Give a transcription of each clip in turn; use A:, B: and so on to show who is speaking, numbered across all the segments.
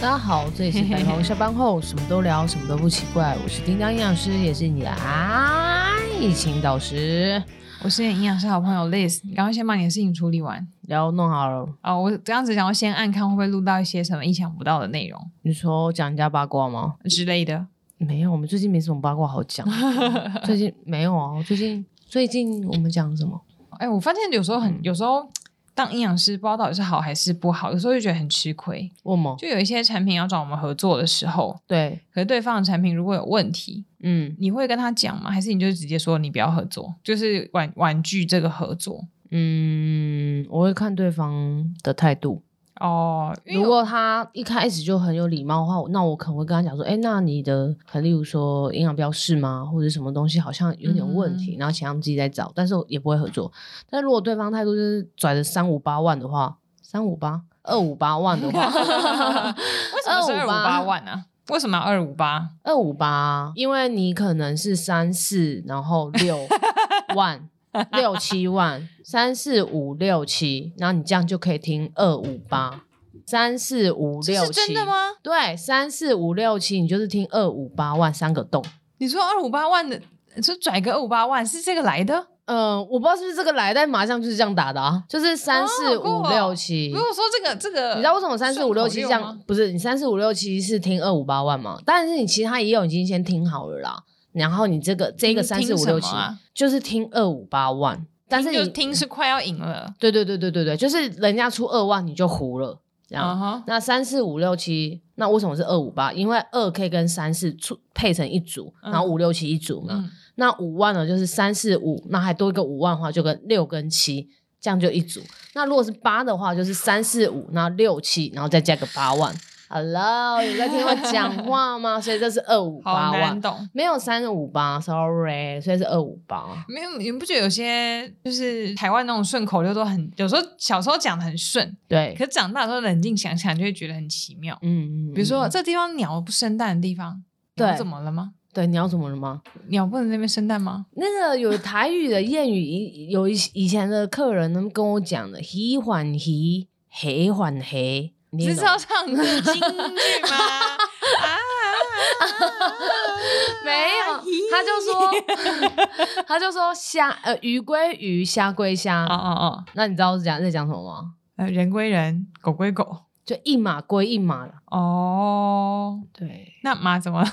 A: 大家好，这里是白 头下班后，什么都聊，什么都不奇怪。我是叮当营养师，也是你的爱情导师。
B: 我是你营养师好朋友 Liz，你赶快先把你的事情处理完
A: 然后弄好了，
B: 啊、我这样子想要先按看会不会录到一些什么意想不到的内容
A: 你说讲人家八卦吗？
B: 之类的。
A: 没有，我们最近没什么八卦好 讲。最近没有啊，最近最近我们讲什么？
B: 哎、我发现有时候很，有时候当营养师不知道到底是好还是不好，有时候就觉得很吃亏。
A: 我们
B: 就有一些产品要找我们合作的时候，
A: 对，
B: 可是对方的产品如果有问题，
A: 嗯
B: 你会跟他讲吗？还是你就直接说你不要合作，就是婉婉拒这个合作？
A: 嗯，我会看对方的态度。
B: 哦，因为
A: 如果他一开始就很有礼貌的话，那我可能会跟他讲说，哎、那你的，可能例如说营养标示吗，或者什么东西好像有点问
B: 嗯
A: 题，然后请他们自己再找，但是我也不会合作。但如果对方态度就是拽着三五八万的话，三五八、二五八万的话，
B: 为什么是二五八万呢、啊？为什么二五八？
A: 二五八，因为你可能是三四，然后 六万。六七万，三四五六七，然后你这样就可以听二五八，三四五
B: 这
A: 六
B: 是
A: 七，
B: 真的吗？
A: 对，三四五六七，你就是听二五八万三个洞。
B: 你说二五八万的，说拽个二五八万是这个来的？
A: 呃，我不知道是不是这个来，但麻将就是这样打的啊，就是三四
B: 好酷
A: 五
B: 哦
A: 六七
B: 如。果说这个这个，
A: 嗯你知道为什么三四五六七这
B: 顺口溜
A: 样
B: 吗？
A: 不是你三四五六七是听二五八万吗？但是你其他也有已经先听好了啦，然后你这个这个
B: 听
A: 三四五
B: 听
A: 六
B: 什
A: 七
B: 么啊
A: 就是听二五八万，但是
B: 就
A: 你
B: 听是快要赢了。
A: 对对对对对对，就是人家出二万你就糊了，这样。
B: 啊哈，
A: 那三四五六七，那为什么是二五八？因为二可以跟三四出配成一组，
B: 嗯
A: 然后五六七一组嘛。
B: 嗯，
A: 那五万呢，就是三四五，那还多一个五万的话，就跟六跟七，这样就一组。那如果是八的话，就是三四五，然后六七，然后再加个八万。Hello，有在听我讲话吗？所以这是二五八
B: 好难
A: 万，
B: 懂。
A: 没有三五八，sorry，所以是二五八。
B: 没有，你不觉得有些就是台湾那种顺口溜都很，有时候小时候讲的很顺，
A: 对，
B: 可长大之后冷静想想就会觉得很奇妙。
A: 嗯，嗯
B: 比如说
A: 嗯
B: 这地方鸟不生蛋的地方，鸟
A: 对
B: 怎么了吗？
A: 对，你要怎么了吗？
B: 鸟不能在那边生蛋吗？
A: 那个有台语的谚语，以有一以前的客人他们跟我讲的，喜欢喜，黑还黑，你
B: 这
A: 也
B: 是
A: 懂
B: 要唱京剧 吗？啊，
A: 没有，他就说，他就说虾呃鱼归鱼，虾归虾。
B: 哦哦
A: 那你知道是讲在讲什么吗？
B: 哦，人归人，狗归狗。
A: 就一码归一码了。
B: 哦，
A: 对
B: 那马怎么了？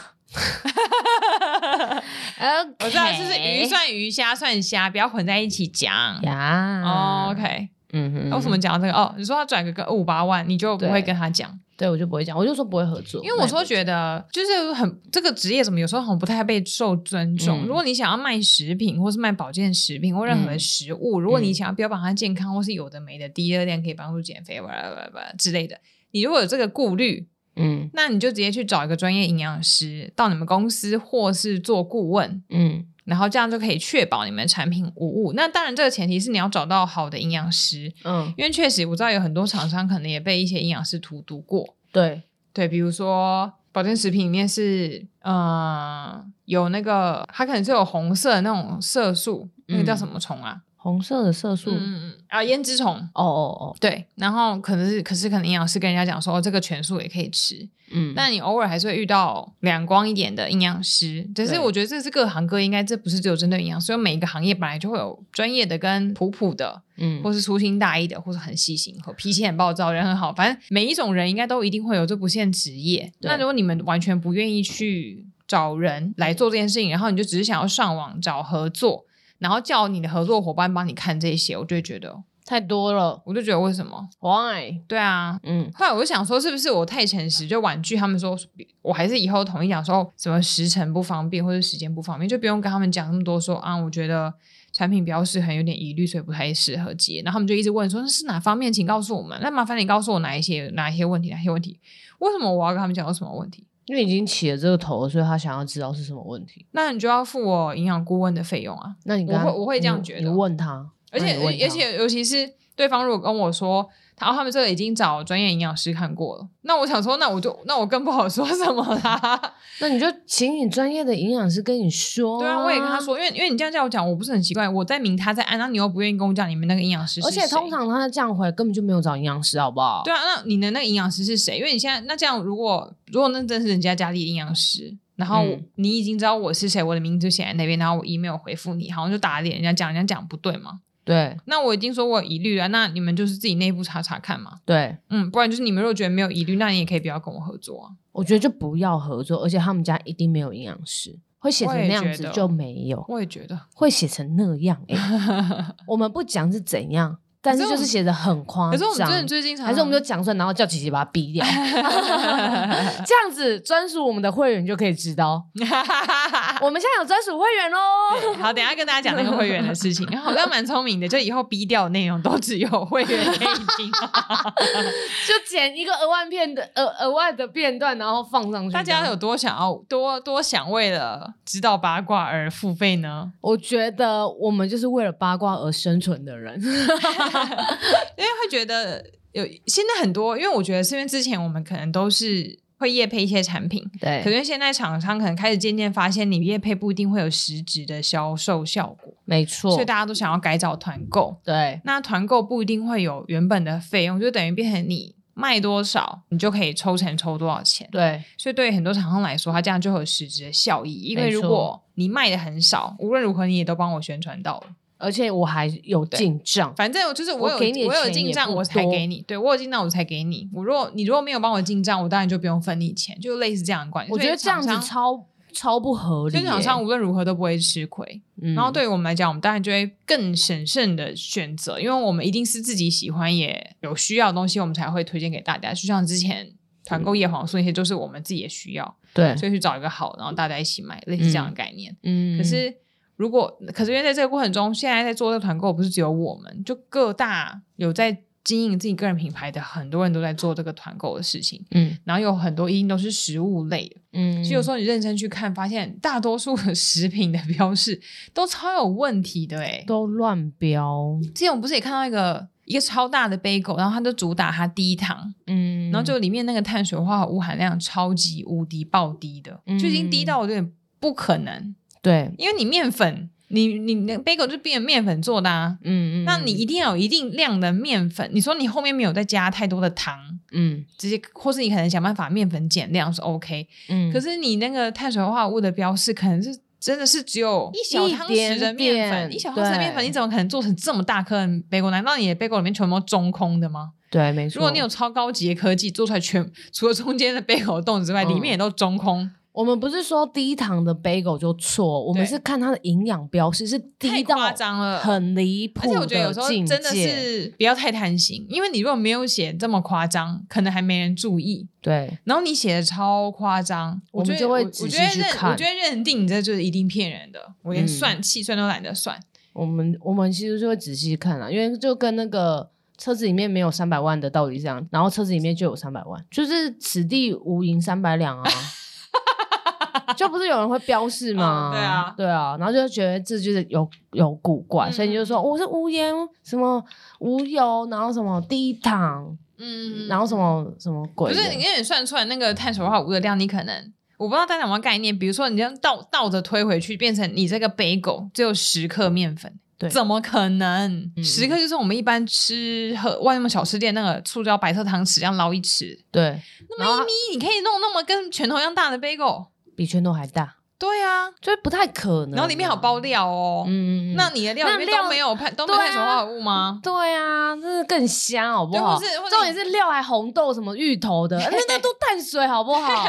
A: ，OK，
B: 我知道，就是鱼算鱼，虾算虾，不要混在一起讲。
A: 呀。
B: 哦，OK，
A: 嗯哼，
B: 那为什么？讲到这个？哦，你说他转个个五八万，你就不会
A: 对
B: 跟他讲，
A: 对我就不会讲，我就说不会合作，
B: 因为我说
A: 得
B: 觉得就是很这个职业怎么有时候很不太被受尊重。
A: 嗯
B: 如果你想要卖食品或是卖保健食品或任何的
A: 嗯
B: 食物，如果你
A: 嗯
B: 想要标榜它健康或是有的没的低热量可以帮助减肥，巴拉巴拉巴拉之类的，你如果有这个顾虑，
A: 嗯
B: 那你就直接去找一个专业营养师到你们公司或是做顾问，
A: 嗯
B: 然后这样就可以确保你们的产品无误。那当然，这个前提是你要找到好的营养师，
A: 嗯，
B: 因为确实我知道有很多厂商可能也被一些营养师荼毒过。
A: 对，
B: 对，比如说保健食品里面是呃有那个，它可能是有红色的那种色素，那个叫
A: 嗯
B: 什么虫啊？
A: 红色的色素，
B: 嗯
A: 哦
B: 嗯嗯啊，胭脂虫。
A: 哦哦，
B: 对，然后可能是，可是可能营养师跟人家讲说，哦，这个全素也可以吃，
A: 嗯，
B: 但你偶尔还是会遇到两光一点的营养师，但是
A: 对
B: 我觉得这是各行各业，应该这不是只有针对营养师，因为每一个行业本来就会有专业的跟普普的，
A: 嗯
B: 或是粗心大意的，或是很细心和脾气很暴躁，人很好，反正每一种人应该都一定会有，这不限职业。
A: 对
B: 那如果你们完全不愿意去找人来做这件事情，然后你就只是想要上网找合作，然后叫你的合作伙伴帮你看这些，我就会觉得，
A: 太多了
B: 我就觉得为什么？
A: ，why？
B: 对啊，
A: 嗯
B: 后来我就想说，是不是我太诚实，就婉拒他们说，我还是以后统一讲说哦什么时辰不方便或者时间不方便，就不用跟他们讲那么多说啊，我觉得产品标示很有点疑虑，所以不太适合接。然后他们就一直问说那是哪方面，请告诉我们。那麻烦你告诉我哪一些
A: 嗯
B: 哪一些问题，哪一些问题？为什么我要跟他们讲有什么问题？
A: 因为已经起了这个头了，所以他想要知道是什么问题。
B: 那你就要付我营养顾问的费用啊。
A: 那你跟他
B: 我会我会这样
A: 你
B: 觉得
A: 你问他，
B: 而且
A: 那你问他
B: 而且尤其是对方如果跟我说然后他们这个已经找专业营养师看过了。那我想说，那我就那我更不好说什么啦。
A: 那你就请你专业的营养师跟你说、
B: 对啊，我也
A: 哦
B: 跟他。说，因为因为你这样叫我讲，我不是很奇怪。我在明他在暗，然后你又不愿意跟我讲你们那个营养师是
A: 而
B: 谁，
A: 且通常他这样回来根本就没有找营养师，好不好？
B: 对啊，那你的那个营养师是谁？因为你现在那这样，如果如果那真是人家家里的营养师，然后
A: 嗯
B: 你已经知道我是谁，我的名字就写在那边，然后我 email 回复你，好像就打脸人家讲，人家讲不对嘛。
A: 对
B: 那我已经说我有疑虑了，那你们就是自己内部查查看嘛。
A: 对，
B: 嗯，不然就是你们如果觉得没有疑虑，那你也可以不要跟我合作啊。
A: 我觉得就不要合作，而且他们家一定没有营养师，会写成
B: 我也
A: 那样
B: 觉
A: 子
B: 得
A: 就没有，
B: 我也觉得，
A: 会写成那样、欸。 我们不讲是怎样，但是
B: 可是
A: 就
B: 我
A: 是写的很夸
B: 可是我们
A: 张
B: 真。的最近常
A: 还是我们就讲出来，然后叫琪琪把它逼 掉， 这样子专属我们的会员就可以知道， 我们现在有专属会员喽。
B: 好，等一下跟大家讲那个会员的事 情，好像蛮聪明的，就以后逼掉的内容都只有会员可 以听。
A: 就剪一个额外片的额额外的片段，然后放上去。
B: 大
A: 这
B: 家
A: 样
B: 有，多想要多多想为了知道八卦而付费呢？
A: 我觉得我们就是为了八卦而生存的 人。
B: 因为会觉得有现在很多，因为我觉得是因为之前我们可能都是会业配一些产品，
A: 对
B: 可是现在厂商可能开始渐渐发现，你业配不一定会有实质的销售效果，
A: 没错，
B: 所以大家都想要改找团购。
A: 对
B: 那团购不一定会有原本的费用，就等于变成你卖多少，你就可以抽成抽多少钱。
A: 对
B: 所以对于很多厂商来说，它这样就会有实质的效益，因为
A: 没错
B: 如果你卖的很少，无论如何你也都帮我宣传到了。
A: 而且我还有进账，
B: 反正我就是我
A: 我
B: 有
A: 给你的
B: 我有
A: 钱
B: 进
A: 也
B: 账
A: 不
B: 我才
A: 多
B: 给你，对我有进账我才给你。我如果你如果没有帮我进账，我当然就不用分你钱，就类似这样的关系。
A: 我觉得这样子
B: 所以厂商
A: 超超不合理
B: 所
A: 耶。
B: 以厂商无论如何都不会吃亏，
A: 嗯，
B: 然后对于我们来讲，我们当然就会更审慎的选择，因为我们一定是自己喜欢也有需要的东西，我们才会推荐给大家。就像之前团购叶黄素那些，就是我们自己也需要，
A: 对，
B: 所以去找一个好，然后大家一起买，类似这样的概念。
A: 嗯
B: 可是如果，可是因为在这个过程中，现在在做这个团购，不是只有我们，就各大有在经营自己个人品牌的很多人都在做这个团购的事情，
A: 嗯
B: 然后有很多一定都是食物类的，
A: 嗯，
B: 所以有时候你认真去看，发现大多数的食品的标示都超有问题的哎、
A: 都乱标，
B: 之前我们不是也看到一个。一个超大的杯狗，然后它就主打它低糖，
A: 嗯，
B: 然后就里面那个碳水化合物含量超级无敌爆低的，就已经低
A: 嗯
B: 到有点不可能。
A: 对，
B: 因为你面粉，你你那 bagel 就变成面粉做的啊，
A: 嗯嗯，
B: 那你一定要有一定量的面粉。你说你后面没有再加太多的糖，
A: 嗯
B: 直接或是你可能想办法面粉减量是 OK，、
A: 嗯，
B: 可是你那个碳水化合物的标示可能是。真的是只有一小汤匙的
A: 一
B: 面
A: 点
B: 粉，
A: 点
B: 一小汤匙的面粉，
A: 对
B: 你怎么可能做成这么大颗的 bagel？难道你的 bagel 里面全部都中空的吗？
A: 对，没错。
B: 如果你有超高级的科技做出来全，除了中间的 bagel 洞之外，里
A: 嗯
B: 面也都中空，
A: 我们不是说低糖的 bagel 就错，我们
B: 对
A: 是看它的营养标示是
B: 太
A: 低到
B: 夸张了，
A: 很离谱
B: 而且我觉得有时候
A: 境
B: 真的
A: 界。
B: 是不要太贪心，因为你如果没有写这么夸张，可能还没人注意。
A: 对，
B: 然后你写的超夸张，
A: 我们
B: 觉得
A: 就会
B: 我
A: 仔
B: 我
A: 细
B: 觉得
A: 去
B: 认，
A: 看
B: 我觉得认定你这就是一定骗人的，我连
A: 嗯
B: 算气算都懒得算。
A: 我们我们其实就会仔细看啊，因为就跟那个车子里面没有三百万的道理是这样，然后车子里面就有三百万，就是此地无银三百两 啊。就不是有人会标示吗？
B: 嗯对啊
A: 对啊，然后就觉得这就是有有古怪，
B: 嗯
A: 所以你就说哦我、是无盐什么无油，然后什么低糖，
B: 嗯
A: 然后什么什么
B: 不
A: 鬼的？
B: 是你跟你算出来那个碳水化合物的量，你可能我不知道大家有没有概念，比如说你这样倒倒着推回去，变成你这个 bagel 只有十克面粉。
A: 对
B: 怎么可能？
A: 嗯
B: 十克就是我们一般吃喝外面小吃店那个塑胶白色汤匙，这样捞一匙，
A: 对，
B: 那
A: 然后
B: 么一咪，你可以弄那么跟拳头一样大的 bagel。
A: 比拳头还大，
B: 对啊，
A: 就是不太可能啊。
B: 然后里面还有包料哦。
A: 嗯，嗯，嗯
B: 那你的料里面
A: 那料
B: 都没有派都没有
A: 对啊
B: 派什么化合物吗？
A: 对啊，这是更香，好不
B: 对，
A: 好
B: 或？是或
A: 重点是料还红豆什么芋头的，那那都碳水，好不 好？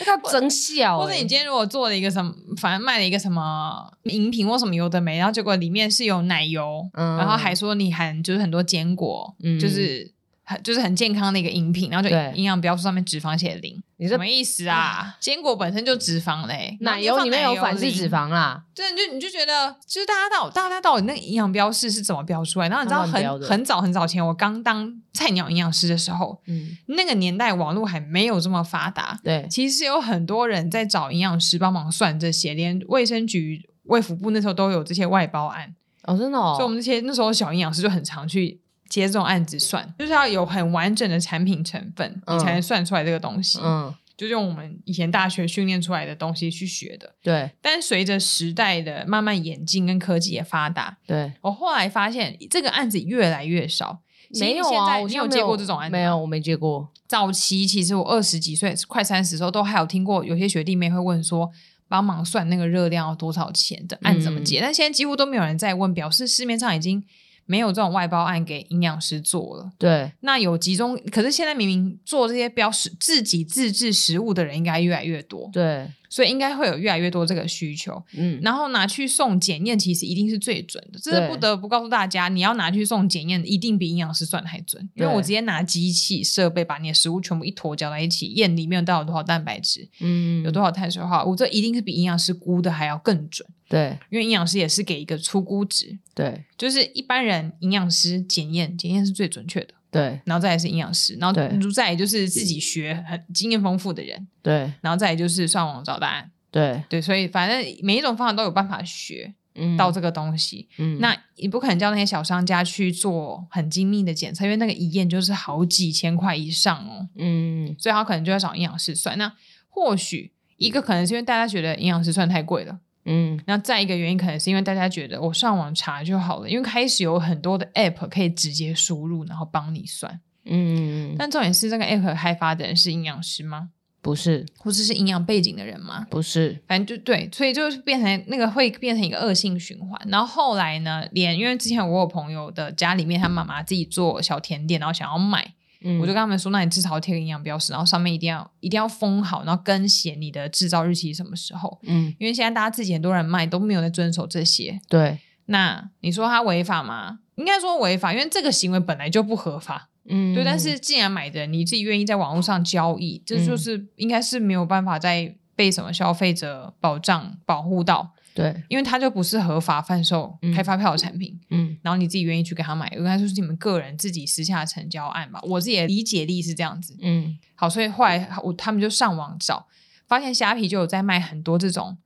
A: 那叫整小、
B: 或者你
A: 欸
B: 今。天如果做了一个什么，反正卖了一个什么饮品或什么有的没，然后结果里面是有奶油，
A: 嗯
B: 然后还说你含就是很多坚果，
A: 嗯
B: 就是很就是很健康的一个饮品，然后就
A: 对
B: 营养标注上面脂肪写零，
A: 你
B: 什
A: 这
B: 么意思啊？坚果本身就脂肪嘞，
A: 奶油里面有反式
B: 肪。
A: 脂肪啦，
B: 对，你就你就觉得，就是大家到大家到底那个营养标示是怎么标出来？然后你知道
A: 他乱标
B: 很
A: 的
B: 很早很早前，我刚当菜鸟营养师的时候，
A: 嗯，
B: 那个年代网络还没有这么发达，
A: 对，
B: 其实有很多人在找营养师帮忙算这些，连卫生局、卫福部那时候都有这些外包案，
A: 哦，真的
B: 所以我
A: 哦，
B: 们这些那时候小营养师就很常去接这种案子算，就是要有很完整的产品成分，你
A: 嗯
B: 才能算出来这个东西。
A: 嗯，
B: 就是用我们以前大学训练出来的东西去学的。
A: 对
B: 但随着时代的慢慢演进跟科技也发达，
A: 对，
B: 我后来发现这个案子越来越少。其实
A: 没有
B: 现
A: 啊，
B: 在
A: 我
B: 你
A: 现在
B: 有
A: 没
B: 接过这种案子吗
A: 没有，我没接过。
B: 早期其实我二十几岁、快三十的时候，都还有听过有些学弟妹会问说，帮忙算那个热量要多少钱的案怎么结、但现在几乎都没有人再问，表示市面上已经没有这种外包案给营养师做了。
A: 对，
B: 那有集中，可是现在明明做这些标识自己自制食物的人应该越来越多，
A: 对，
B: 所以应该会有越来越多这个需求。
A: 嗯，
B: 然后拿去送检验，其实一定是最准的。这
A: 对
B: 是不得不告诉大家，你要拿去送检验，一定比营养师算的还准。因为
A: 对
B: 我直接拿机器设备把你的食物全部一坨搅在一起，验里面到底有多少蛋白质，
A: 嗯，
B: 有多少碳水化合物，这一定是比营养师估的还要更准。
A: 对
B: 因为营养师也是给一个初估值，
A: 对
B: 就是一般人营养师检验，检验是最准确的。
A: 对
B: 然后再来是营养师，然
A: 对
B: 后再来就是自己学很经验丰富的人，
A: 对
B: 然后再来就是上网找答案。
A: 对，
B: 对，所以反正每一种方法都有办法学
A: 嗯，
B: 到这个东西。
A: 嗯，
B: 那你不可能叫那些小商家去做很精密的检测，因为那个一验就是好几千块以上哦，
A: 嗯
B: 所以他可能就要找营养师算。那或许一个可能是因为大家觉得营养师算太贵了，
A: 嗯
B: 那再一个原因可能是因为大家觉得我上网查就好了，因为开始有很多的 app 可以直接输入，然后帮你算。
A: 嗯，
B: 但重点是这个 app 开发的人是营养师吗？
A: 不是
B: 或者是营养背景的人吗？
A: 不是，
B: 反正就对，所以就是变成那个会变成一个恶性循环。然后后来呢，连因为之前我有朋友的家里面，他妈妈自己做小甜点，然后想要卖，
A: 嗯，
B: 我就跟他们说，那你至少贴个营养标识，然后上面一定要一定要封好，然后跟写你的制造日期什么时候。
A: 嗯
B: 因为现在大家自己很多人卖都没有在遵守这些，
A: 对，
B: 那你说他违法吗？应该说违法，因为这个行为本来就不合法，
A: 嗯嗯
B: 对。但是既然买的人你自己愿意在网络上交易，这就是应该是没有办法再被什么消费者保障保护到，
A: 对，
B: 因为它就不是合法贩售
A: 嗯
B: 开发票的产品。
A: 嗯
B: 然后你自己愿意去给他买，应该就是你们个人自己私下成交案吧。我自己的理解力是这样子。
A: 嗯
B: 好，所以后来我他们就上网找，发现虾皮就有在卖很多这种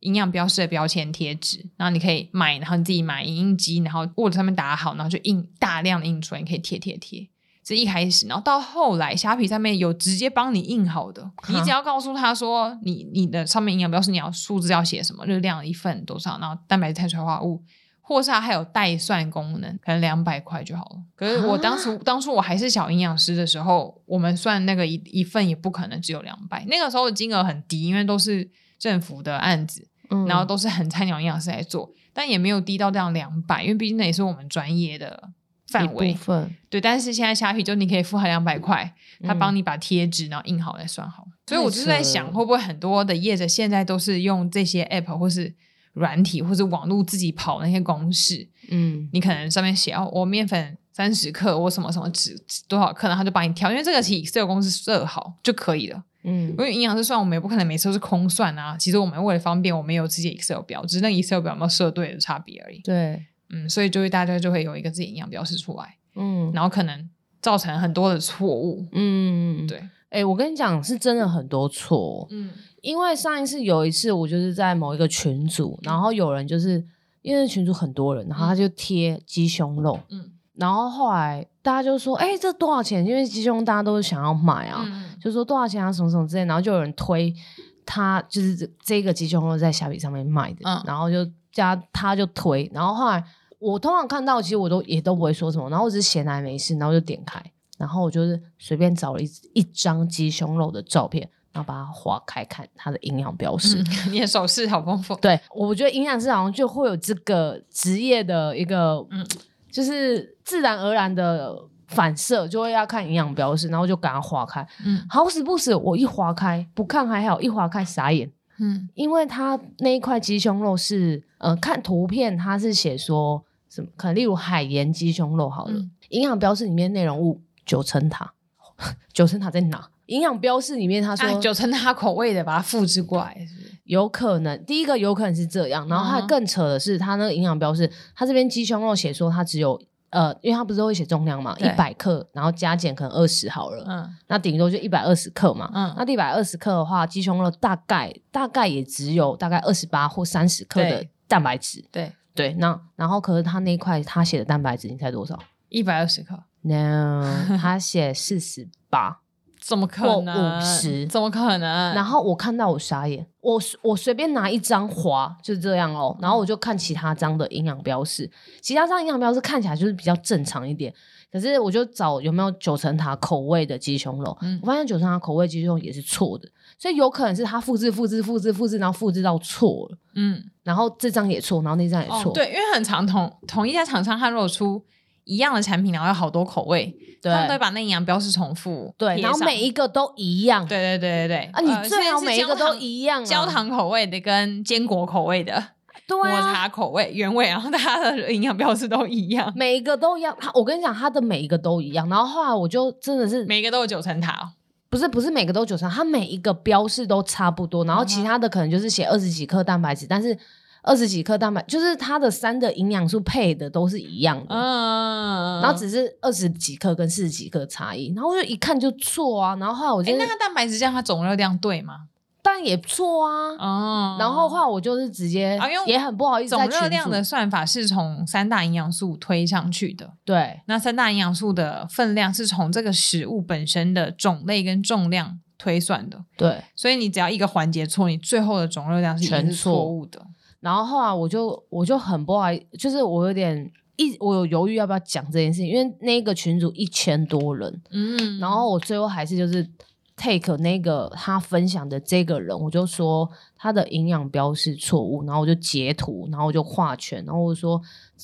B: 营养标识的标签贴纸，然后你可以买，然后你自己买影印机，然后 Word 上面打好，然后就印大量的印出来，你可以贴贴贴。这一开始，然后到后来，虾皮上面有直接帮你印好的，
A: 哈
B: 你只要告诉他说你你的上面营养标识你要数字要写什么，热量一份多少，然后蛋白质、碳水化合物，或是它还有代算功能，可能两百块就好了。可是我当时、
A: 啊
B: 当初我还是小营养师的时候，我们算那个一一份也不可能只有两百，那个时候的金额很低，因为都是政府的案子，
A: 嗯，
B: 然后都是很菜鸟营养师来做，但也没有低到这样两百，因为毕竟那也是我们专业的范
A: 一
B: 围
A: 部。分，
B: 对，但是现在虾皮就你可以付还两百块，他帮
A: 你
B: 你把贴纸然后印好再算好。
A: 嗯太
B: 所以我就是在
A: 扯
B: 想，
A: 了
B: 会不会很多的业者现在都是用这些 app 或是软体或是网络自己跑那些公式，
A: 嗯
B: 你可能上面写哦，我面粉三十克，我什么什么脂脂多少克，然后他就帮你调，因为这个题这个公式设好就可以了。
A: 嗯
B: 因为营养师算，我们也不可能每次都是空算啊。其实我们为了方便，我们有自己的 Excel 表，只是那个 Excel 表有没有设对的差别而已。
A: 对
B: 嗯，所以就会大家就会有一个自己营养标示出来，
A: 嗯
B: 然后可能造成很多的错误。
A: 嗯
B: 对，
A: 哎、我跟你讲，是真的很多错，哦
B: 嗯
A: 因为上一次有一次，我就是在某一个群
B: 嗯
A: 组，然后有人就是因为群组很多人，然后他就贴鸡胸肉，
B: 嗯
A: 然后后来大家就说，哎、这多少钱？因为鸡胸大家都想要买啊，
B: 嗯
A: 就说多少钱啊，什么什么之类，然后就有人推他就是这这个鸡胸肉在虾皮上面卖的，
B: 嗯
A: 然后就加他就推，然后后来我通常看到，其实我都也都不会说什么，然后我只是闲来没事，然后就点开，然后我就是随便找了一一张鸡胸肉的照片，然后把它划开看它的营养标识。
B: 嗯， 你的手势好丰富。
A: 对，我觉得营养师好像就会有这个职业的一个，
B: 嗯
A: 就是自然而然的反射，就会要看营养标识，然后就赶快划开。
B: 嗯
A: 好死不死，我一划开不看还好，一划开傻眼，
B: 嗯
A: 因为它那一块鸡胸肉是，呃，看图片它是写说什么，可能例如海盐鸡胸肉好了，
B: 嗯
A: 营养标示里面内容物九层塔， 九层塔在哪？营养标示里面他说、
B: 啊，九层塔口味的，把它复制过来，是不是？
A: 有可能，第一个有可能是这样，然后
B: 嗯
A: 它
B: 哼
A: 更扯的是，它那个营养标示，它这边鸡胸肉写说它只有。呃，因为它不是都会写重量嘛，一
B: 对
A: 百克，然后加减可能二十好了，
B: 嗯
A: 那顶多就一百二十克嘛。
B: 嗯
A: 那一百二十克的话，鸡胸肉大概大概也只有大概二十八或三十克的
B: 对
A: 蛋白质。
B: 对，
A: 对，那然后可是它那一块它写的蛋白质，你猜多少？
B: 一百二十克，
A: ？No，他写四十八。
B: 怎么可
A: 或
B: 能？
A: 50
B: 怎么可能？
A: 然后我看到我傻眼，我我随便拿一张划就这样哦，
B: 嗯
A: 然后我就看其他张的营养标示，其他张营养标示看起来就是比较正常一点，可是我就找有没有九层塔口味的鸡胸肉，
B: 嗯
A: 我发现九层塔口味鸡胸肉也是错的，所以有可能是他复制复制复制复制，然后复制到错了，
B: 嗯，
A: 然后这张也错，然后那张也错，
B: 哦，对，因为很常同同一家厂商，它如果出一样的产品，然后有好多口味，
A: 对
B: 他们都会把那营养标示重复
A: 对，
B: 贴
A: 然后
B: 上
A: 每一个都一样，
B: 对对对对对
A: 啊，
B: 呃
A: 你最
B: 现在
A: 好
B: 是
A: 每一
B: 焦
A: 个都
B: 糖
A: 一样、啊，
B: 焦糖口味的跟坚果口味的、
A: 对
B: 抹
A: 啊，
B: 茶口味、原味，然后大家的营养标示都一样，
A: 每一个都一样，他我跟你讲，他的每一个都一样。然后后来我就真的是，
B: 每个都有九层塔哦、
A: 不是不是每个都九成，他每一个标示都差不多。然
B: 嗯
A: 后其他的可能就是写二十几克蛋白质，但是二十几克蛋白就是它的三的营养素配的都是一样的，
B: 嗯，
A: 然后只是二十几克跟四十几克差异。然后我就一看就错啊，然后后来我
B: 哎、
A: 就、
B: 那它蛋白质这样，它总热量对吗？
A: 但也错啊。
B: 哦，
A: 然后后来我就是直接、
B: 啊因为
A: 也很不好意思在
B: 总
A: 群组，
B: 热量的算法是从三大营养素推上去的，
A: 对
B: 那三大营养素的分量是从这个食物本身的种类跟重量推算的，
A: 对。
B: 所以你只要一个环节错，你最后的总热量是一定
A: 全
B: 是
A: 错
B: 错误的。
A: 然后后来我就我就很不好意就是我有点一我有犹豫要不要讲这件事情，因为那个群组一千多人，
B: 嗯
A: 然后我最后还是就是 take 那个他分享的这个人，我就说他的营养标示错误，然后我就截图，然后我就画圈，然后我说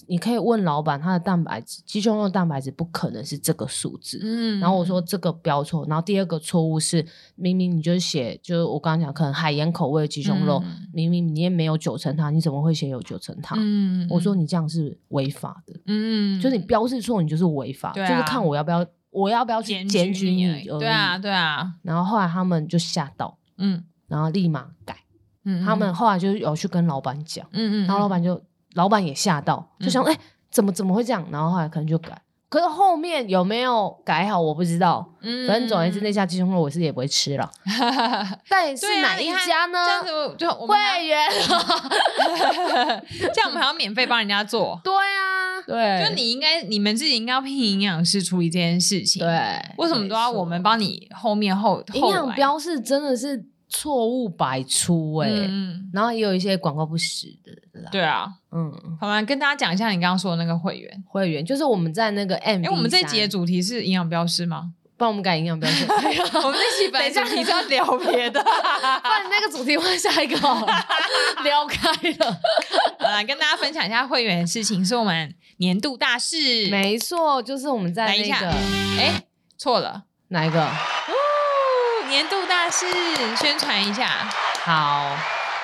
A: 你可以问老板他的蛋白质鸡胸肉蛋白质不可能是这个数字，
B: 嗯
A: 然后我说这个标错，然后第二个错误是明明你就写就是我刚刚讲可能海盐口味的鸡胸肉，
B: 嗯
A: 明明你也没有九层塔，你怎么会写有九层塔？
B: 嗯
A: 我说你这样是违法的，
B: 嗯
A: 就是你标示错，你就是违法，
B: 对
A: 就是
B: 啊
A: 看我要不要我要不要去
B: 检
A: 检举你
B: 而
A: 而
B: 已
A: 已。
B: 对啊，对啊，
A: 然后后来他们就吓到，
B: 嗯
A: 然后立马改。
B: 嗯，
A: 他们后来就有去跟老板讲，
B: 嗯嗯，嗯
A: 然后老板就老板也吓到，就想哎、怎么怎么会这样？然后后来可能就改。可是后面有没有改好我不知道，
B: 嗯，
A: 反正总而言 之，那家鸡胸肉我是也不会吃了。但是
B: 对啊
A: 哪一
B: 你看
A: 家呢？
B: 这样子我就我们还
A: 会 员，，
B: 这样我们还要免费帮人家做
A: 对 啊，对，
B: 就你应该你们自己应该要聘营养师处理这件事情。
A: 对，，
B: 为什么都要我们
A: 没
B: 帮你后面后
A: 错？
B: 后
A: 营养
B: 来
A: 标示真的是错误百出哎、
B: 嗯，
A: 然后也有一些广告不实的啦。
B: 对啊，
A: 嗯，
B: 好吧，跟大家讲一下你刚刚说的那个会员。
A: 会员就是我们在那个 M，
B: 哎，我们这一集的主题是营养标 识吗？
A: 帮我们改营养标 示，
B: 我们这一集本来主题是要 聊别的。
A: 不然那个主题换下一个好了， 聊开了。
B: 好啦，跟大家分享一下会员的事情，是我们年度大事。
A: 没错，就是我们在
B: 来一
A: 那
B: 下
A: 个
B: 哎，错了，
A: 哪一个？
B: 哦年度大事宣传一下
A: 好，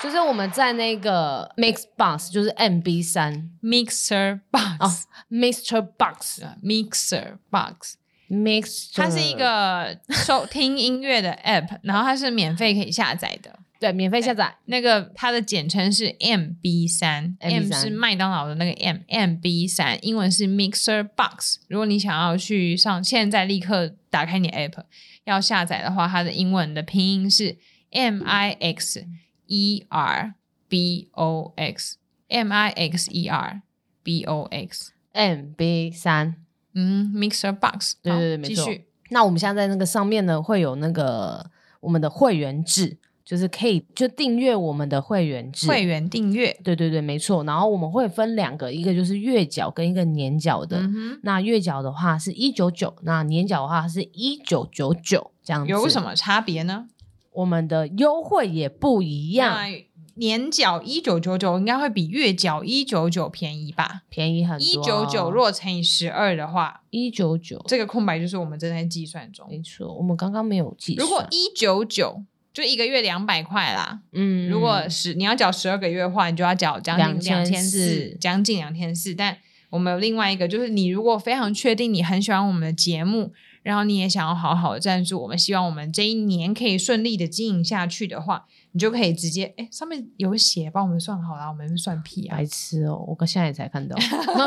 A: 就是我们在那个 Mix Box，就是 MB 三
B: ，Mixer Box。
A: Mr. Box
B: 啊 Mixer Box，
A: Mix，
B: 它是一个收听音乐的 app，然后 它是免费可以下载的。
A: 对免费下载，
B: 那个它的简称是 MB 三
A: MB3
B: ，M 是麦当劳的那个 M，MB 三英文是 Mixer Box。如果你想要去上，现在立刻打开你的 app 要下载的话，它的英文的拼音是 M I X E R B O X，M I X E R B O X。
A: MB 三。
B: 嗯，Mixer Box，
A: 对
B: 好
A: 对对没
B: 继
A: 错
B: 续。
A: 那我们现在在那个上面呢，会有那个我们的会员制，就是可以就订阅我们的会员制。
B: 会员订阅。
A: 对对对，没错。然后我们会分两个，一个就是月缴跟一个年缴的。
B: 嗯
A: 那月缴的话是一九九，那年缴的话是一九九九这样
B: 哼，
A: 子。
B: 有什
A: 么？
B: 么差别呢？
A: 我们的优惠也不一样，
B: 那年缴一九九九应该会比月缴一九九便宜吧？
A: 便宜很
B: 一
A: 多、啊
B: 九九若乘以十二的话，
A: 一九九，
B: 这个空白就是我们正在计算中
A: 没。错。我们刚刚没有计算。
B: 如果一九九就一个月两百块啦，
A: 嗯，
B: 如果十你要缴十二个月的话，你就要缴将近两千四
A: 2400，
B: 将近两千四。但我们有另外一个，就是你如果非常确定你很喜欢我们的节目，然后你也想要好好地赞助我们，希望我们这一年可以顺利的经营下去的话，你就可以直接哎，上面有写帮我们算好啦，我们算屁啊
A: 白！痴哦、我刚现在也才看到。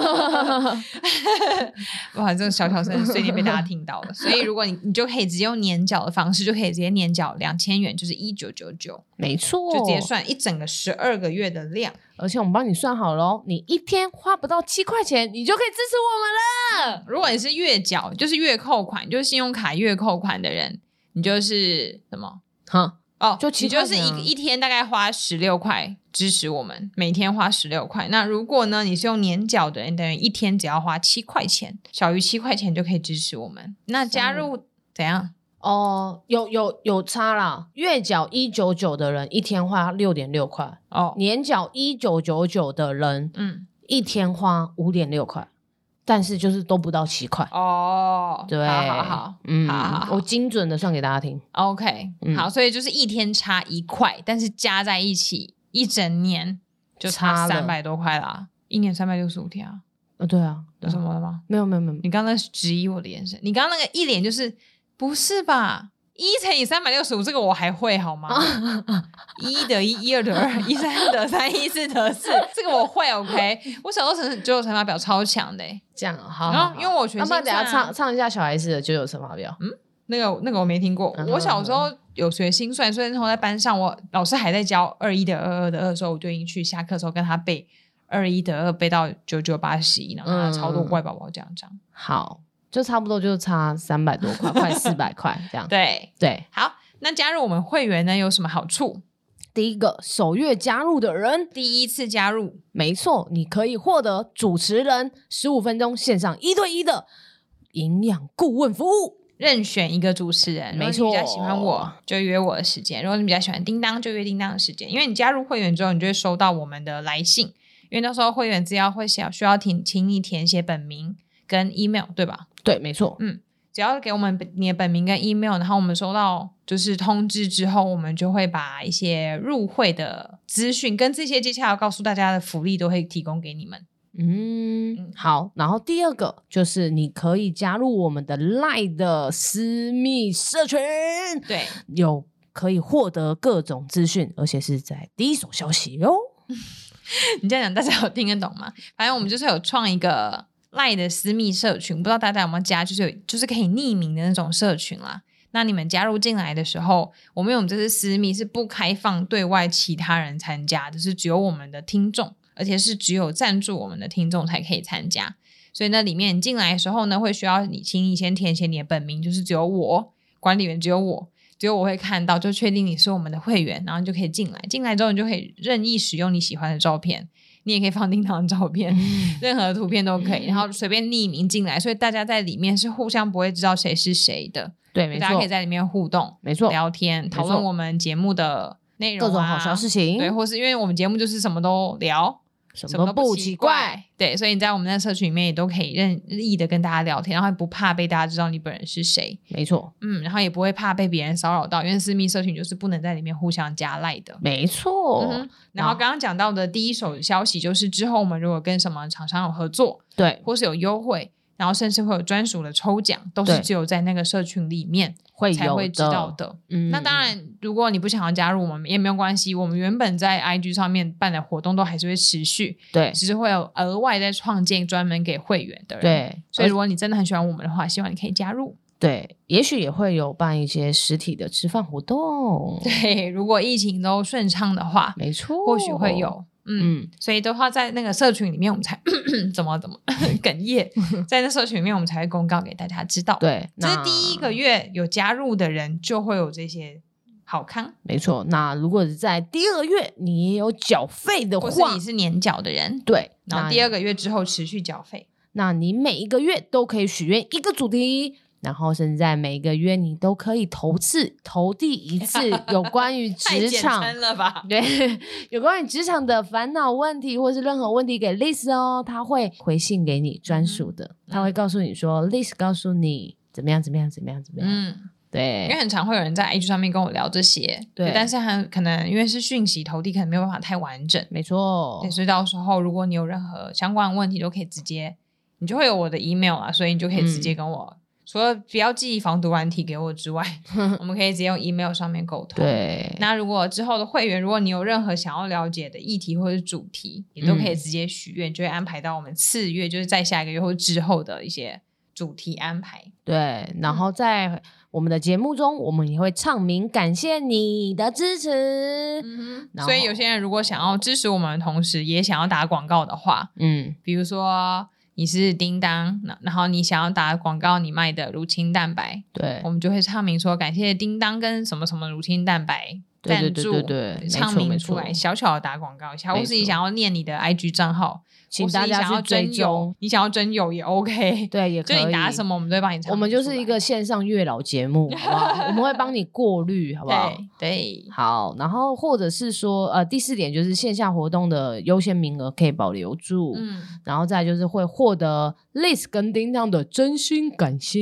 B: 哇，这个小小声瞬间被大家听到了。所以如果你你就可以直接用年缴的方式，就可以直接年缴两千元，就是一九九九，
A: 没错，
B: 哦就直接算一整个十二个月的量。
A: 而且我们帮你算好喽，你一天花不到七块钱，你就可以支持我们了。
B: 如果你是月缴，就是月扣款，就是信用卡月扣款的人，你就是什么？
A: 哈，
B: 哦，
A: 就
B: 你
A: 七
B: 就
A: 块
B: 是
A: 钱啊
B: 一一天大概花十六块支持我们，每天花十六块。那如果呢，你是用年缴的人，等于一天只要花七块钱，少于七块钱就可以支持我们。那加入怎样？
A: 哦，有有有差啦，月缴一九九的人一天花六点六块，
B: 哦，
A: 年缴一九九九的人
B: 嗯，
A: 一天花五点六块，但是就是都不到七块。
B: 哦，
A: 对，
B: 好好好。
A: 嗯，
B: 好好好
A: 我精准的算给大家听。
B: OK，、
A: 嗯
B: 好，所以就是一天差一块，但是加在一起一整年就差
A: 差
B: 三
A: 了
B: 百多块啦，一年三百六十五天啊，
A: 呃，对啊，
B: 有什么了吗？
A: 没有没有没有，
B: 你刚刚质疑我的眼神，你刚刚那个一脸就是不是吧？一乘以三百六十五，这个我还会好吗？
A: 啊
B: 一得一，一二得二，一三得三，一四得 四，这个我会 OK。我小时候乘九九乘法表超强的欸、
A: 这样啊好
B: 然后因为我学
A: 那不然
B: 心
A: 等下
B: 算啊
A: 唱唱一下小 S 的《九九乘法表》。
B: 那个那个我没听过
A: 嗯。哼
B: 我小时候有学心算，所以那时候在班上，我老师还在教二一得二，二得二的时候，我就已经去下课的时候跟他背二一得二，背到九九八十一，然后他超多
A: 嗯
B: 怪宝宝这样这样。
A: 好，就差不多就差三百多块，快四百块这样。
B: 对，
A: 对，
B: 好，那加入我们会员呢有什么好处？
A: 第一个首月加入的人，
B: 第一次加入，
A: 没错，你可以获得主持人十五分钟线上一对一的营养顾问服务。
B: 任选一个主持人，
A: 没
B: 如果你比较
A: 错
B: 喜欢我就约我的时间，如果你比较喜欢叮当就约叮当的时间。因为你加入会员之后，你就会收到我们的来信，因为那时候会员资料会写需要填，请你填写本名跟 email，对吧？
A: 对，没错，
B: 只要给我们你的本名跟 email，然后我们收到就是通知之后，我们就会把一些入会的资讯跟这些接下来要告诉大家的福利都会提供给你们。
A: 嗯
B: 嗯，
A: 好。然后第二个就是你可以加入我们的 LINE 的私密社群，
B: 对，
A: 有可以获得各种资讯，而且是在第一手消息哦哟。
B: 你这样讲，大家有听得懂吗？反正我们就是有创一个赖的私密社群，不知道大家有没有加，就是有就是可以匿名的那种社群啦。那你们加入进来的时候，我们因为我们这是私密，是不开放对外其他人参加的，是只有我们的听众，而且是只有赞助我们的听众才可以参加。所以那里面你进来的时候呢，会需要你，请你先填写你的本名，就是只有我，管理员只有我，只有我会看到，就确定你是我们的会员，然后你就可以进来。进来之后，你就可以任意使用你喜欢的照片，你也可以放叮当的照片，
A: 嗯
B: 任何图片都可以，然后随便匿名进来，所以大家在里面是互相不会知道谁是谁的，
A: 对，没
B: 大家可以
A: 错，
B: 在里面互动、
A: 没错，
B: 聊天、讨论我们节目的内容、
A: 各种
B: 啊、
A: 好消。情，
B: 对，或是因为我们节目就是什么都聊，
A: 什
B: 什
A: 么
B: 么
A: 都
B: 都
A: 不
B: 不
A: 奇
B: 奇
A: 怪。
B: 怪。对，所以你在我们那社群里面也都可以任意的跟大家聊天，然后也不怕被大家知道你本人是谁，
A: 没错，
B: 嗯，然后也不会怕被别人骚扰到，因为私密社群就是不能在里面互相加赖的。
A: 没错，
B: 嗯哼，然后刚刚讲到的第一手消息就是，之后我们如果跟什么厂商有合作，
A: 对，
B: 或是有优惠，然后甚至会有专属的抽奖，都
A: 对
B: 是只有在那个社群里面
A: 会
B: 才
A: 有
B: 会知道的。
A: 嗯
B: 那当，然，如果你不想要加入我们，也没有关系。我们原本在 IG 上面办的活动都还是会持续，
A: 对
B: 只是会有额外再创建专门给会员的人。，
A: 对，
B: 所以
A: 而
B: 如果你真的很喜欢我们的话，希望你可以加入。
A: 对，也许也会有办一些实体的吃饭活动，
B: 对，如果疫情都顺畅的话，
A: 没错，
B: 或许会，有。嗯，
A: 嗯，
B: 所以的话，在那个社群里面，我们才 怎么怎么 哽 咽，在那社群里面，我们才会公告给大家知道。，
A: 对，
B: 这是
A: 那
B: 第一个，月有加入的人就会有这些好康，
A: 没错。那如果是在第二个月你也有缴费的
B: 或
A: 话，
B: 是你是年缴的人，
A: 对，
B: 然
A: 那
B: 后第二个月之后持续缴费。
A: 那你每一个月都可以许愿一个主题，然后甚至在每一个月你都可以投次投递一 次有关于职场。
B: 了 吧？
A: 对，有关于职场的烦恼问题，或是任何问题给 Liz 哦，他会回信给
B: 嗯
A: 你专属的，他会告诉你说，Liz 告诉你怎么样，怎么样，怎么样，怎么样。
B: 嗯，因为
A: 对，
B: 很常会有人在 IG 上面跟我聊这些，
A: 对
B: 但是还可能因为是讯息投递，可能没有办法太完整。
A: 没错
B: 对，，所以到时候如果你有任何相关的问题，都可以直接，你就会有我的 email 啊，所以你就可以直
A: 嗯
B: 接跟我，除了不要寄防毒软体给我 之外，我们可以直接用 email 上面沟通。，
A: 对，
B: 那如果之后的会员，如果你有任何想要了解的议题或者是主
A: 嗯
B: 题，也都可以直接许愿，就会安排到我们次月，就是在下一个月或之后的一些主题安排。嗯
A: 对，然后在我们的节目中，我们也会唱名，感谢你的支持。
B: 嗯
A: 然后
B: 所以有些人如果想要支持我们的同时，也想要打广告的话，
A: 嗯，
B: 比如说你是叮当，那然后你想要打广告，你卖的乳清蛋白，
A: 对
B: 我，们就会唱明说感谢叮当跟什么什么乳清蛋白
A: 对
B: 赞
A: 对对
B: 助，
A: 对对，没
B: 唱
A: 错
B: 明
A: 没
B: 出
A: 错，
B: 来，小小的打广告一下，
A: 没
B: 或是你
A: 错
B: 想要念你的 IG 账号，
A: 请
B: 或是
A: 大
B: 你
A: 家
B: 想要
A: 去追
B: 真友
A: 踪，，
B: 你想要真友也 OK，
A: 对，也可
B: 就
A: 以。
B: 你打什么，我们都会帮你唱明出来。
A: 我们就是一个线上月老节目，好不好？我们会帮你过滤，好不好？
B: 对对，
A: 好，然后或者是说，呃，第四点就是线下活动的优先名额可以保留住，
B: 嗯
A: 然后再来就是会获得 Liz 跟叮当的真心感谢，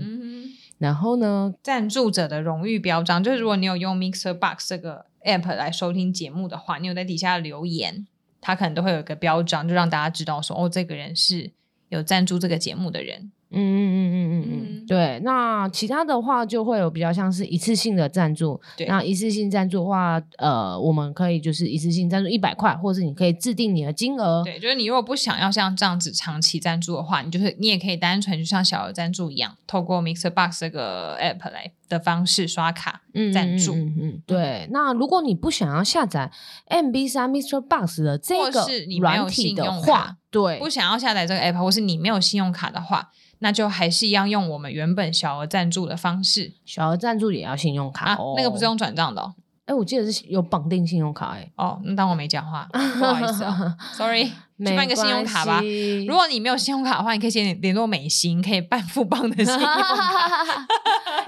B: 嗯哼。
A: 然后呢，
B: 赞助者的荣誉标章，就是如果你有用 Mixer Box 这个 app 来收听节目的话，你有在底下留言，它可能都会有一个标章，就让大家知道说，哦，这个人是有赞助这个节目的人。
A: 嗯嗯嗯嗯嗯
B: 嗯
A: 嗯，对。那其他的话就会有比较像是一次性的赞助，
B: 对
A: 那一次性赞助的话，呃，我们可以就是一次性赞助一百块，或是你可以制定你的金额，
B: 对，就是你如果不想要像这样子长期赞助的话，你就是你也可以单纯就像小额赞助一样，透过 Mixer Box 这个 app 来的方式刷卡。
A: 嗯
B: 赞助
A: 嗯嗯嗯嗯对。那如果你不想要下载 MB 三 Mr. Box 的这
B: 或
A: 个
B: 是你没有
A: 软体
B: 信
A: 的
B: 用卡
A: 话，对
B: 不想要下载这个 app，或是你没有信用卡的话，那就还是一样用我们原本小额赞助的方式
A: 小额赞助也要信用卡
B: 啊
A: 哦。，
B: 那个不是用转账的哦。
A: 哎，我记得是有绑定信用卡哎，
B: 哦，那当我没讲 话，不好意思、哦、，sorry，去办个信用卡吧。如
A: 如
B: 果你没有信用卡的话，你可以先联络美心，可以办富邦的信 用卡。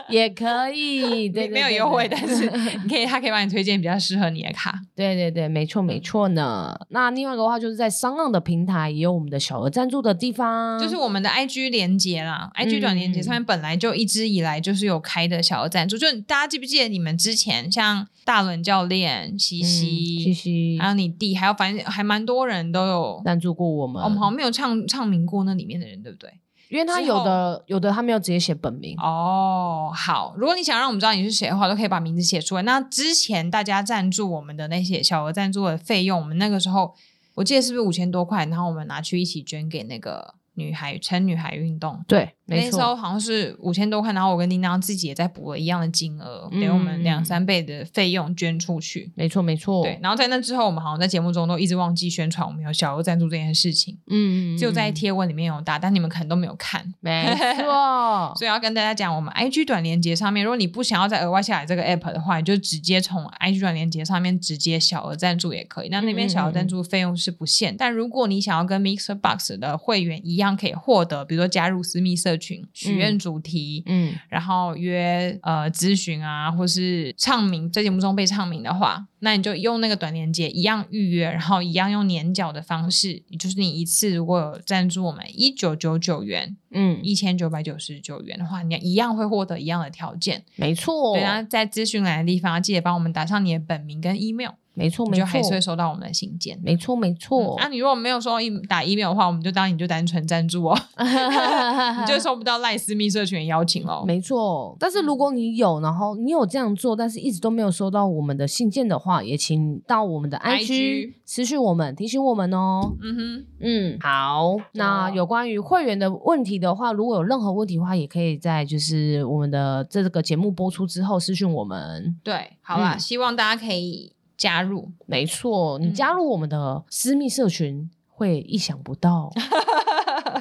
A: 也可以，对对
B: 没没有
A: 对
B: 优惠，
A: 对
B: 但是你可以，他可以帮你推荐比较适合你的卡。
A: 对对对，没错没错呢。那另外一个话就是在商浪的平台也有我们的小额赞助的地方，嗯
B: 就是我们的 IG 连接啦、i g 短连接上面本来就一直以来就是有开的小额赞助，就大家记不记得你们之前像大伦教练、西
A: 嗯嘻
B: 西，
A: 嘻
B: 还有你弟，还有反正还蛮多人都有。
A: 赞助过我们
B: 哦我，们好像没有唱唱名过那里面的人，对不对？
A: 因为他
B: 之
A: 有
B: 后
A: 的有的他没有直接写本名，
B: 哦，好，如果你想让我们知道你是谁的话，都可以把名字写出来。那之前大家赞助我们的那些小额赞助的费用，我们那个时候我记得是不是五千多块，然后我们拿去一起捐给那个女孩撑女孩运动。
A: 对，
B: 那
A: 没
B: 时候
A: 错，
B: 好像是五千多块，然后我跟叮当自己也在补了一样的金额，
A: 嗯哦
B: 给我们两三倍的费用捐出去。
A: 没错没错，
B: 对，然后在那之后，我们好像在节目中都一直忘记宣传我们有小额赞助这件事情，
A: 嗯，嗯，
B: 只有在
A: 嗯
B: 贴文里面有打，但你们可能都没有看。
A: 没错，
B: 所以要跟大家讲，我们 IG 短连接上面，如果你不想要再额外下载这个 app 的话，你就直接从 IG 短连接上面直接小额赞助也可以。那那边
A: 嗯嗯
B: 小额赞助费用是不限，但如果你想要跟 Mixer Box 的会员一样，可以获得，比如说加入私密社群、许愿主题。
A: 嗯，
B: 然后约呃咨询啊，或是唱名，在节目中被唱名的话，那你就用那个短连接一样预约，然后一样用年缴的方式，就是你一次如果有赞助我们一九九九元，
A: 嗯，
B: 一千九百九十九元的话，你一样会获得一样的条件。
A: 没错，
B: 对，啊然后在资讯栏的地方记得帮我们打上你的本名跟 email，
A: 没错
B: 你
A: 哦没
B: 就还是会
A: 错，
B: 收到我们的信件。
A: 没错没
B: 嗯
A: 错
B: 那、，你如果没有收到 e 打 email 的话，我们就当你就单纯赞助哦， 啊 你就嗯收不到赖私密社群的邀请喽。
A: 啊没错，但是如果你有，然后你有这样做，但是一直都没有收到我们的信件的话，也请到我们的
B: IG
A: IG 私讯我们，提醒我们哦。
B: 嗯哼，
A: 嗯，好。那有关于会员的问题的话，如果有任何问题的话，也可以在就是我们的这个节目播出之后私讯我们。
B: 对，好啦，
A: 嗯
B: 希望大家可以加入。
A: 没错，
B: 嗯
A: 你加入我们的私密社群，会意想不 到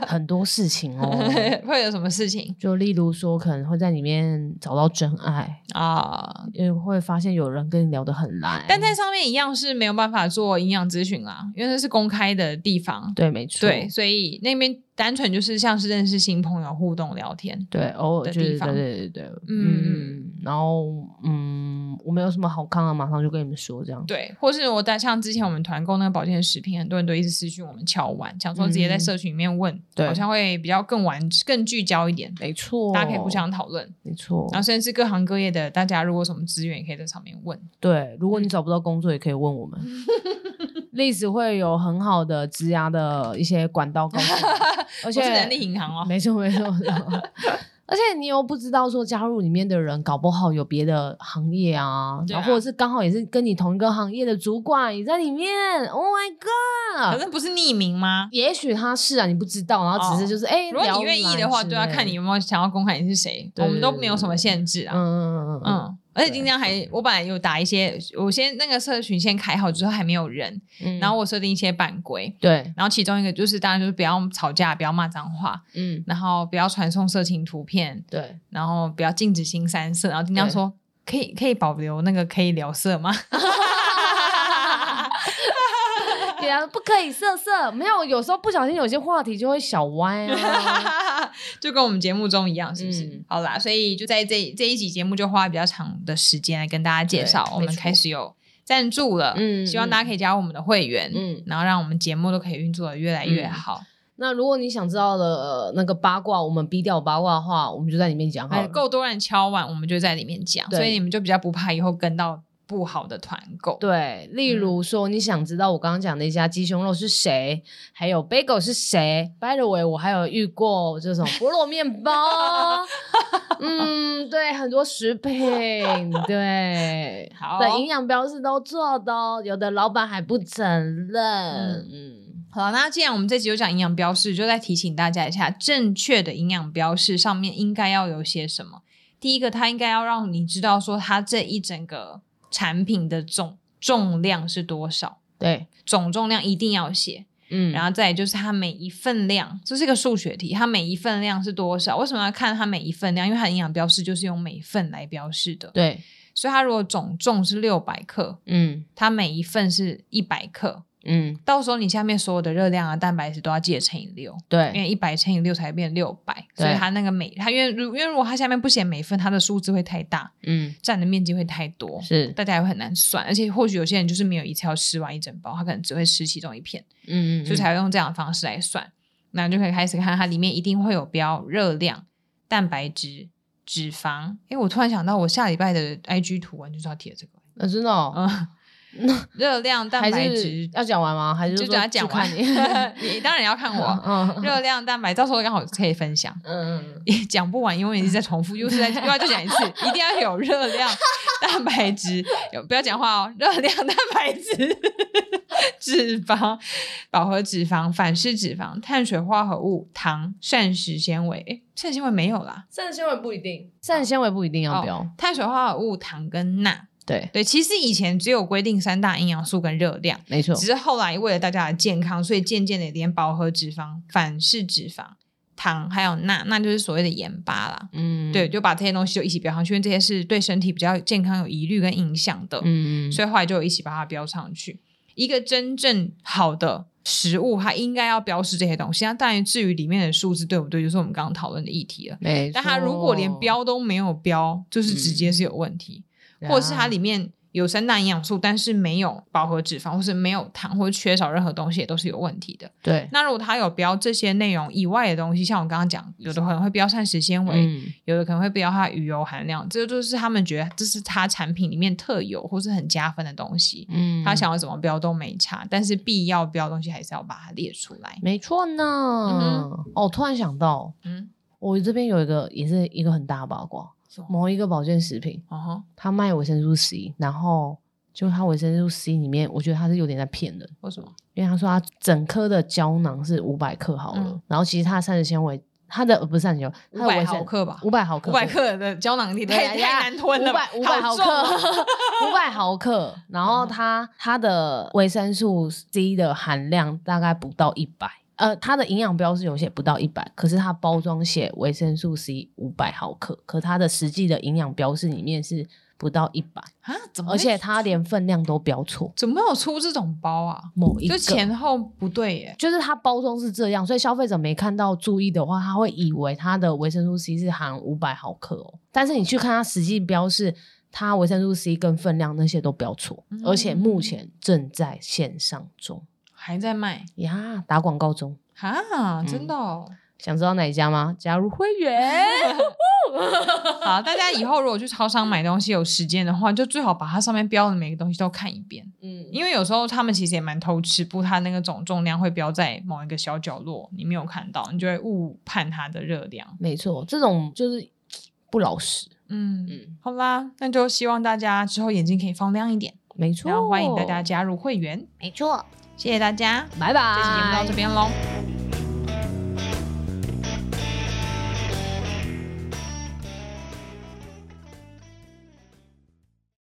A: 很多事情 哦。
B: 会有什么事情
A: 就例如说，可能会在里面找到真爱，
B: 啊？
A: 也会发现有人跟你聊得很来。
B: 但在上面一样是没有办法做营养咨询啦，因为这是公开的地方。
A: 对，没错，
B: 对，所以那边单纯就是像是认识新朋友、互动、聊天。
A: 对，偶尔
B: 的
A: 就
B: 地
A: 是
B: 方
A: 对对对对，
B: 嗯
A: 嗯，然后嗯，我们有什么好看的，马上就跟你们说，这样。
B: 对，或是我在像之前我们团购那个保健食品，很多人都一直私讯我们敲完，想说直接在
A: 嗯
B: 社群里面问，
A: 对
B: 好像会比较更完更聚焦一点，
A: 没错，
B: 大家可以互，相讨论。
A: 没错。
B: 然后甚至各行各业的大家，如果有什么资源也可以在上面问。
A: 对，如果
B: 嗯
A: 你找不到工作，也可以问 我们，历史会有很好的职 涯的一些管道告诉你，而
B: 而
A: 且
B: 是人力银行哦，
A: 没错没错，而且你又不知道说加入里面的人，搞不好有别的行业啊，
B: 对啊
A: 然后或者是刚好也是跟你同一个行业的主管也在里面。Oh my
B: 反
A: god！
B: 正不是匿名吗？
A: 也许他是啊，你不知道，然后只是就是哎、
B: 哦如果
A: 聊
B: 你愿意
A: 得
B: 的
A: 来
B: 话，
A: 之
B: 对啊，
A: 类
B: 看你有没有想要公开你是谁，
A: 对
B: 我们都没有什么限制
A: 嗯
B: 啊。
A: 嗯嗯嗯
B: 嗯，而且今天还我本来有打一些，我先那个社群先开好之后还没有人，
A: 嗯，
B: 然后我设定一些版规，
A: 对，
B: 然后其中一个就是当然就是不要吵架，不要骂脏话，
A: 嗯
B: 然后不要传送色情图片，
A: 对，
B: 然后不要禁止新三色，然后尽量
A: 对
B: 说可以可以保留那个可以聊色吗？
A: 对啊，不可以色色，没有，有时候不小心有些话题就会小歪 啊。
B: 就跟我们节目中一样，是不是？
A: 嗯
B: 好啦，所以就在这这一集节目就花比较长的时间来跟大家介绍，
A: 对
B: 我
A: 没
B: 们
A: 错
B: 开始有赞助了，
A: 嗯
B: 希望大家可以加入我们的会员，
A: 嗯
B: 然后让我们节目都可以运作的越来越好。
A: 那如果你想知道了、呃那个八卦，我们逼掉八卦的话，我们就在里面讲嗯好
B: 哎，
A: 了。
B: 够多人敲碗，我们就在里面讲，
A: 对
B: 所以你们就比较不怕以后跟到不好的团购。
A: 对，例如
B: 嗯
A: 说你想知道我刚刚讲那家鸡胸肉是谁，还有 bagel 是谁？By the way，我还有遇过这种菠萝面 包，嗯，对，很多食品，对，
B: 好
A: 对，营养标示都做的哦，有的老板还不承认，
B: 嗯
A: 嗯，
B: 好，那既然我们这集有讲营养标示，就再提醒大家一下，正确的营养标示上面应该要有些什么？第一个，它应该要让你知道说它这一整个产品的总重量是多少，
A: 对，
B: 总重量一定要写。
A: 嗯，
B: 然后再来就是它每一份量，这是一个数学题，它每一份量是多少？为什么要看它每一份量？因为它的营养标示就是用每份来标示的。
A: 对，
B: 所以它如果总重是六百克，
A: 嗯
B: 它每一份是一百克，
A: 嗯，
B: 到时候你下面所有的热量啊、蛋白质都要记得乘以六。因
A: 对，
B: 为一百乘以六才变六百，
A: 对
B: 所以它那个每它因为如因为如果它下面不写每份，它的数字会太大，
A: 嗯，
B: 占的面积会太多，
A: 是，
B: 大家也会很难算。而且或许有些人就是没有一次要吃完一整包，他可能只会吃其中一片，
A: 嗯嗯，
B: 所以才会用这样的方式来算。那就可以开始看它里面一定会有标热量、蛋白质、脂肪。诶，我突然想到，我下礼拜的 IG 图文就是要贴这个，
A: 那真的哦，
B: 嗯，热量、蛋
A: 还
B: 白
A: 是
B: 质，
A: 要讲完吗？还是
B: 就
A: 说
B: 等它讲
A: 去
B: 完
A: 看，
B: 你你当然也要看我。
A: 嗯嗯
B: 热量、蛋白，到时候刚好可以分享。
A: 嗯嗯，
B: 也讲不完，因为一直在重复，又是在又要再讲一次，一定要有热量、 蛋白质，有不要讲话哦，热量、蛋白质、 脂肪、饱和脂肪、反式脂肪、碳水化合物、糖、膳食纤维，诶， 膳食纤维没有啦，
A: 膳食纤维不一定，膳食纤维不一定
B: 哦
A: 要标，
B: 碳水化合物、糖跟钠。
A: 对，
B: 对，其实以前只有规定三大营养素跟热量，
A: 没错
B: 只，是后来为了大家的健康，所以渐渐的连饱和脂肪、反式脂肪、糖还有钠，那就是所谓的盐巴啦。
A: 嗯，
B: 对，，就把这些东西就一起标上去，因为这些是对身体比较健康有疑虑跟影响的，
A: 嗯，
B: 所以后来就一起把它标上去。一个真正好的食物，它应该要标示这些东西。那当然，至于里面的数字对不对，就是我们刚刚讨论的议题了。
A: 没错。
B: 但它如果连标都没有标，就是直接是有问题，
A: 嗯
B: 或者是它里面有三大营养素，但是没有饱和脂肪，或是没有糖，或者缺少任何东西，也都是有问题的。
A: 对，
B: 那如果它有标这些内容以外的东西，像我刚刚讲，有的可能会标膳食纤维，
A: 嗯，
B: 有的可能会标它鱼油含量，这就是他们觉得这是它产品里面特有或是很加分的东西。
A: 嗯，
B: 他想要怎么标都没差，但是必要标的东西还是要把它列出来。
A: 没错呢。
B: 嗯
A: 哦，突然想到，
B: 嗯，
A: 我这边有一个也是一个很大的八卦
B: 什么，
A: 某一个保健食品，
B: 哦吼，
A: 它卖维生素 C，然后就它维生素 C 里面，我觉得它是有点在骗人，
B: 为什么？
A: 因为他说它整颗的胶囊是五百克好了，
B: 嗯
A: 然后其实它的膳食纤维，它的呃不是膳食纤维，
B: 五
A: 它的
B: 百
A: 维
B: 毫
A: 生
B: 克吧，
A: 五百毫克，
B: 五百克的胶囊体太
A: 对呀
B: 太难吞了
A: 五
B: 吧
A: 百，五百毫克
B: 重哦， 嗯
A: 五百毫克，然后它它的维生素 C 的含量大概不到一百，呃，它的营养标示有写不到一百，可是它包装写维生素 C 五百毫克，可它的实际的营养标示里面是不到一百，
B: 啊？怎么会？
A: 而且它连分量都标错，
B: 怎么有出这种包啊？
A: 某一
B: 就
A: 个。
B: 前后不对耶。
A: 就是它包装是这样，所以消费者没看到注意的话，他会以为它的维生素 C 是含五百毫克哦。但是你去看它实际标示，它维生素 C 跟分量那些都标错，
B: 嗯
A: 而且目前正在线上中
B: 还在卖啊
A: 呀，打广告中。嗯
B: 哈，真的、哦
A: 想知道哪一家吗？加入会 员。
B: 好，大家以后如果去超商买东西有时间的话，就最好把它上面标的每个东西都看一遍，
A: 嗯，
B: 因为有时候他们其实也蛮偷吃，不，它那个总重量会标在某一个小角落，你没有看到，你就会误判它的热量。
A: 没错，这种就是不老实。
B: 嗯，
A: 嗯，
B: 好啦，那就希望大家之后眼睛可以放亮一点，
A: 没错。
B: 然后欢迎大家，加入会员，
A: 没错。
B: 谢谢大家，
A: 拜拜。
B: 这期节目到这边喽，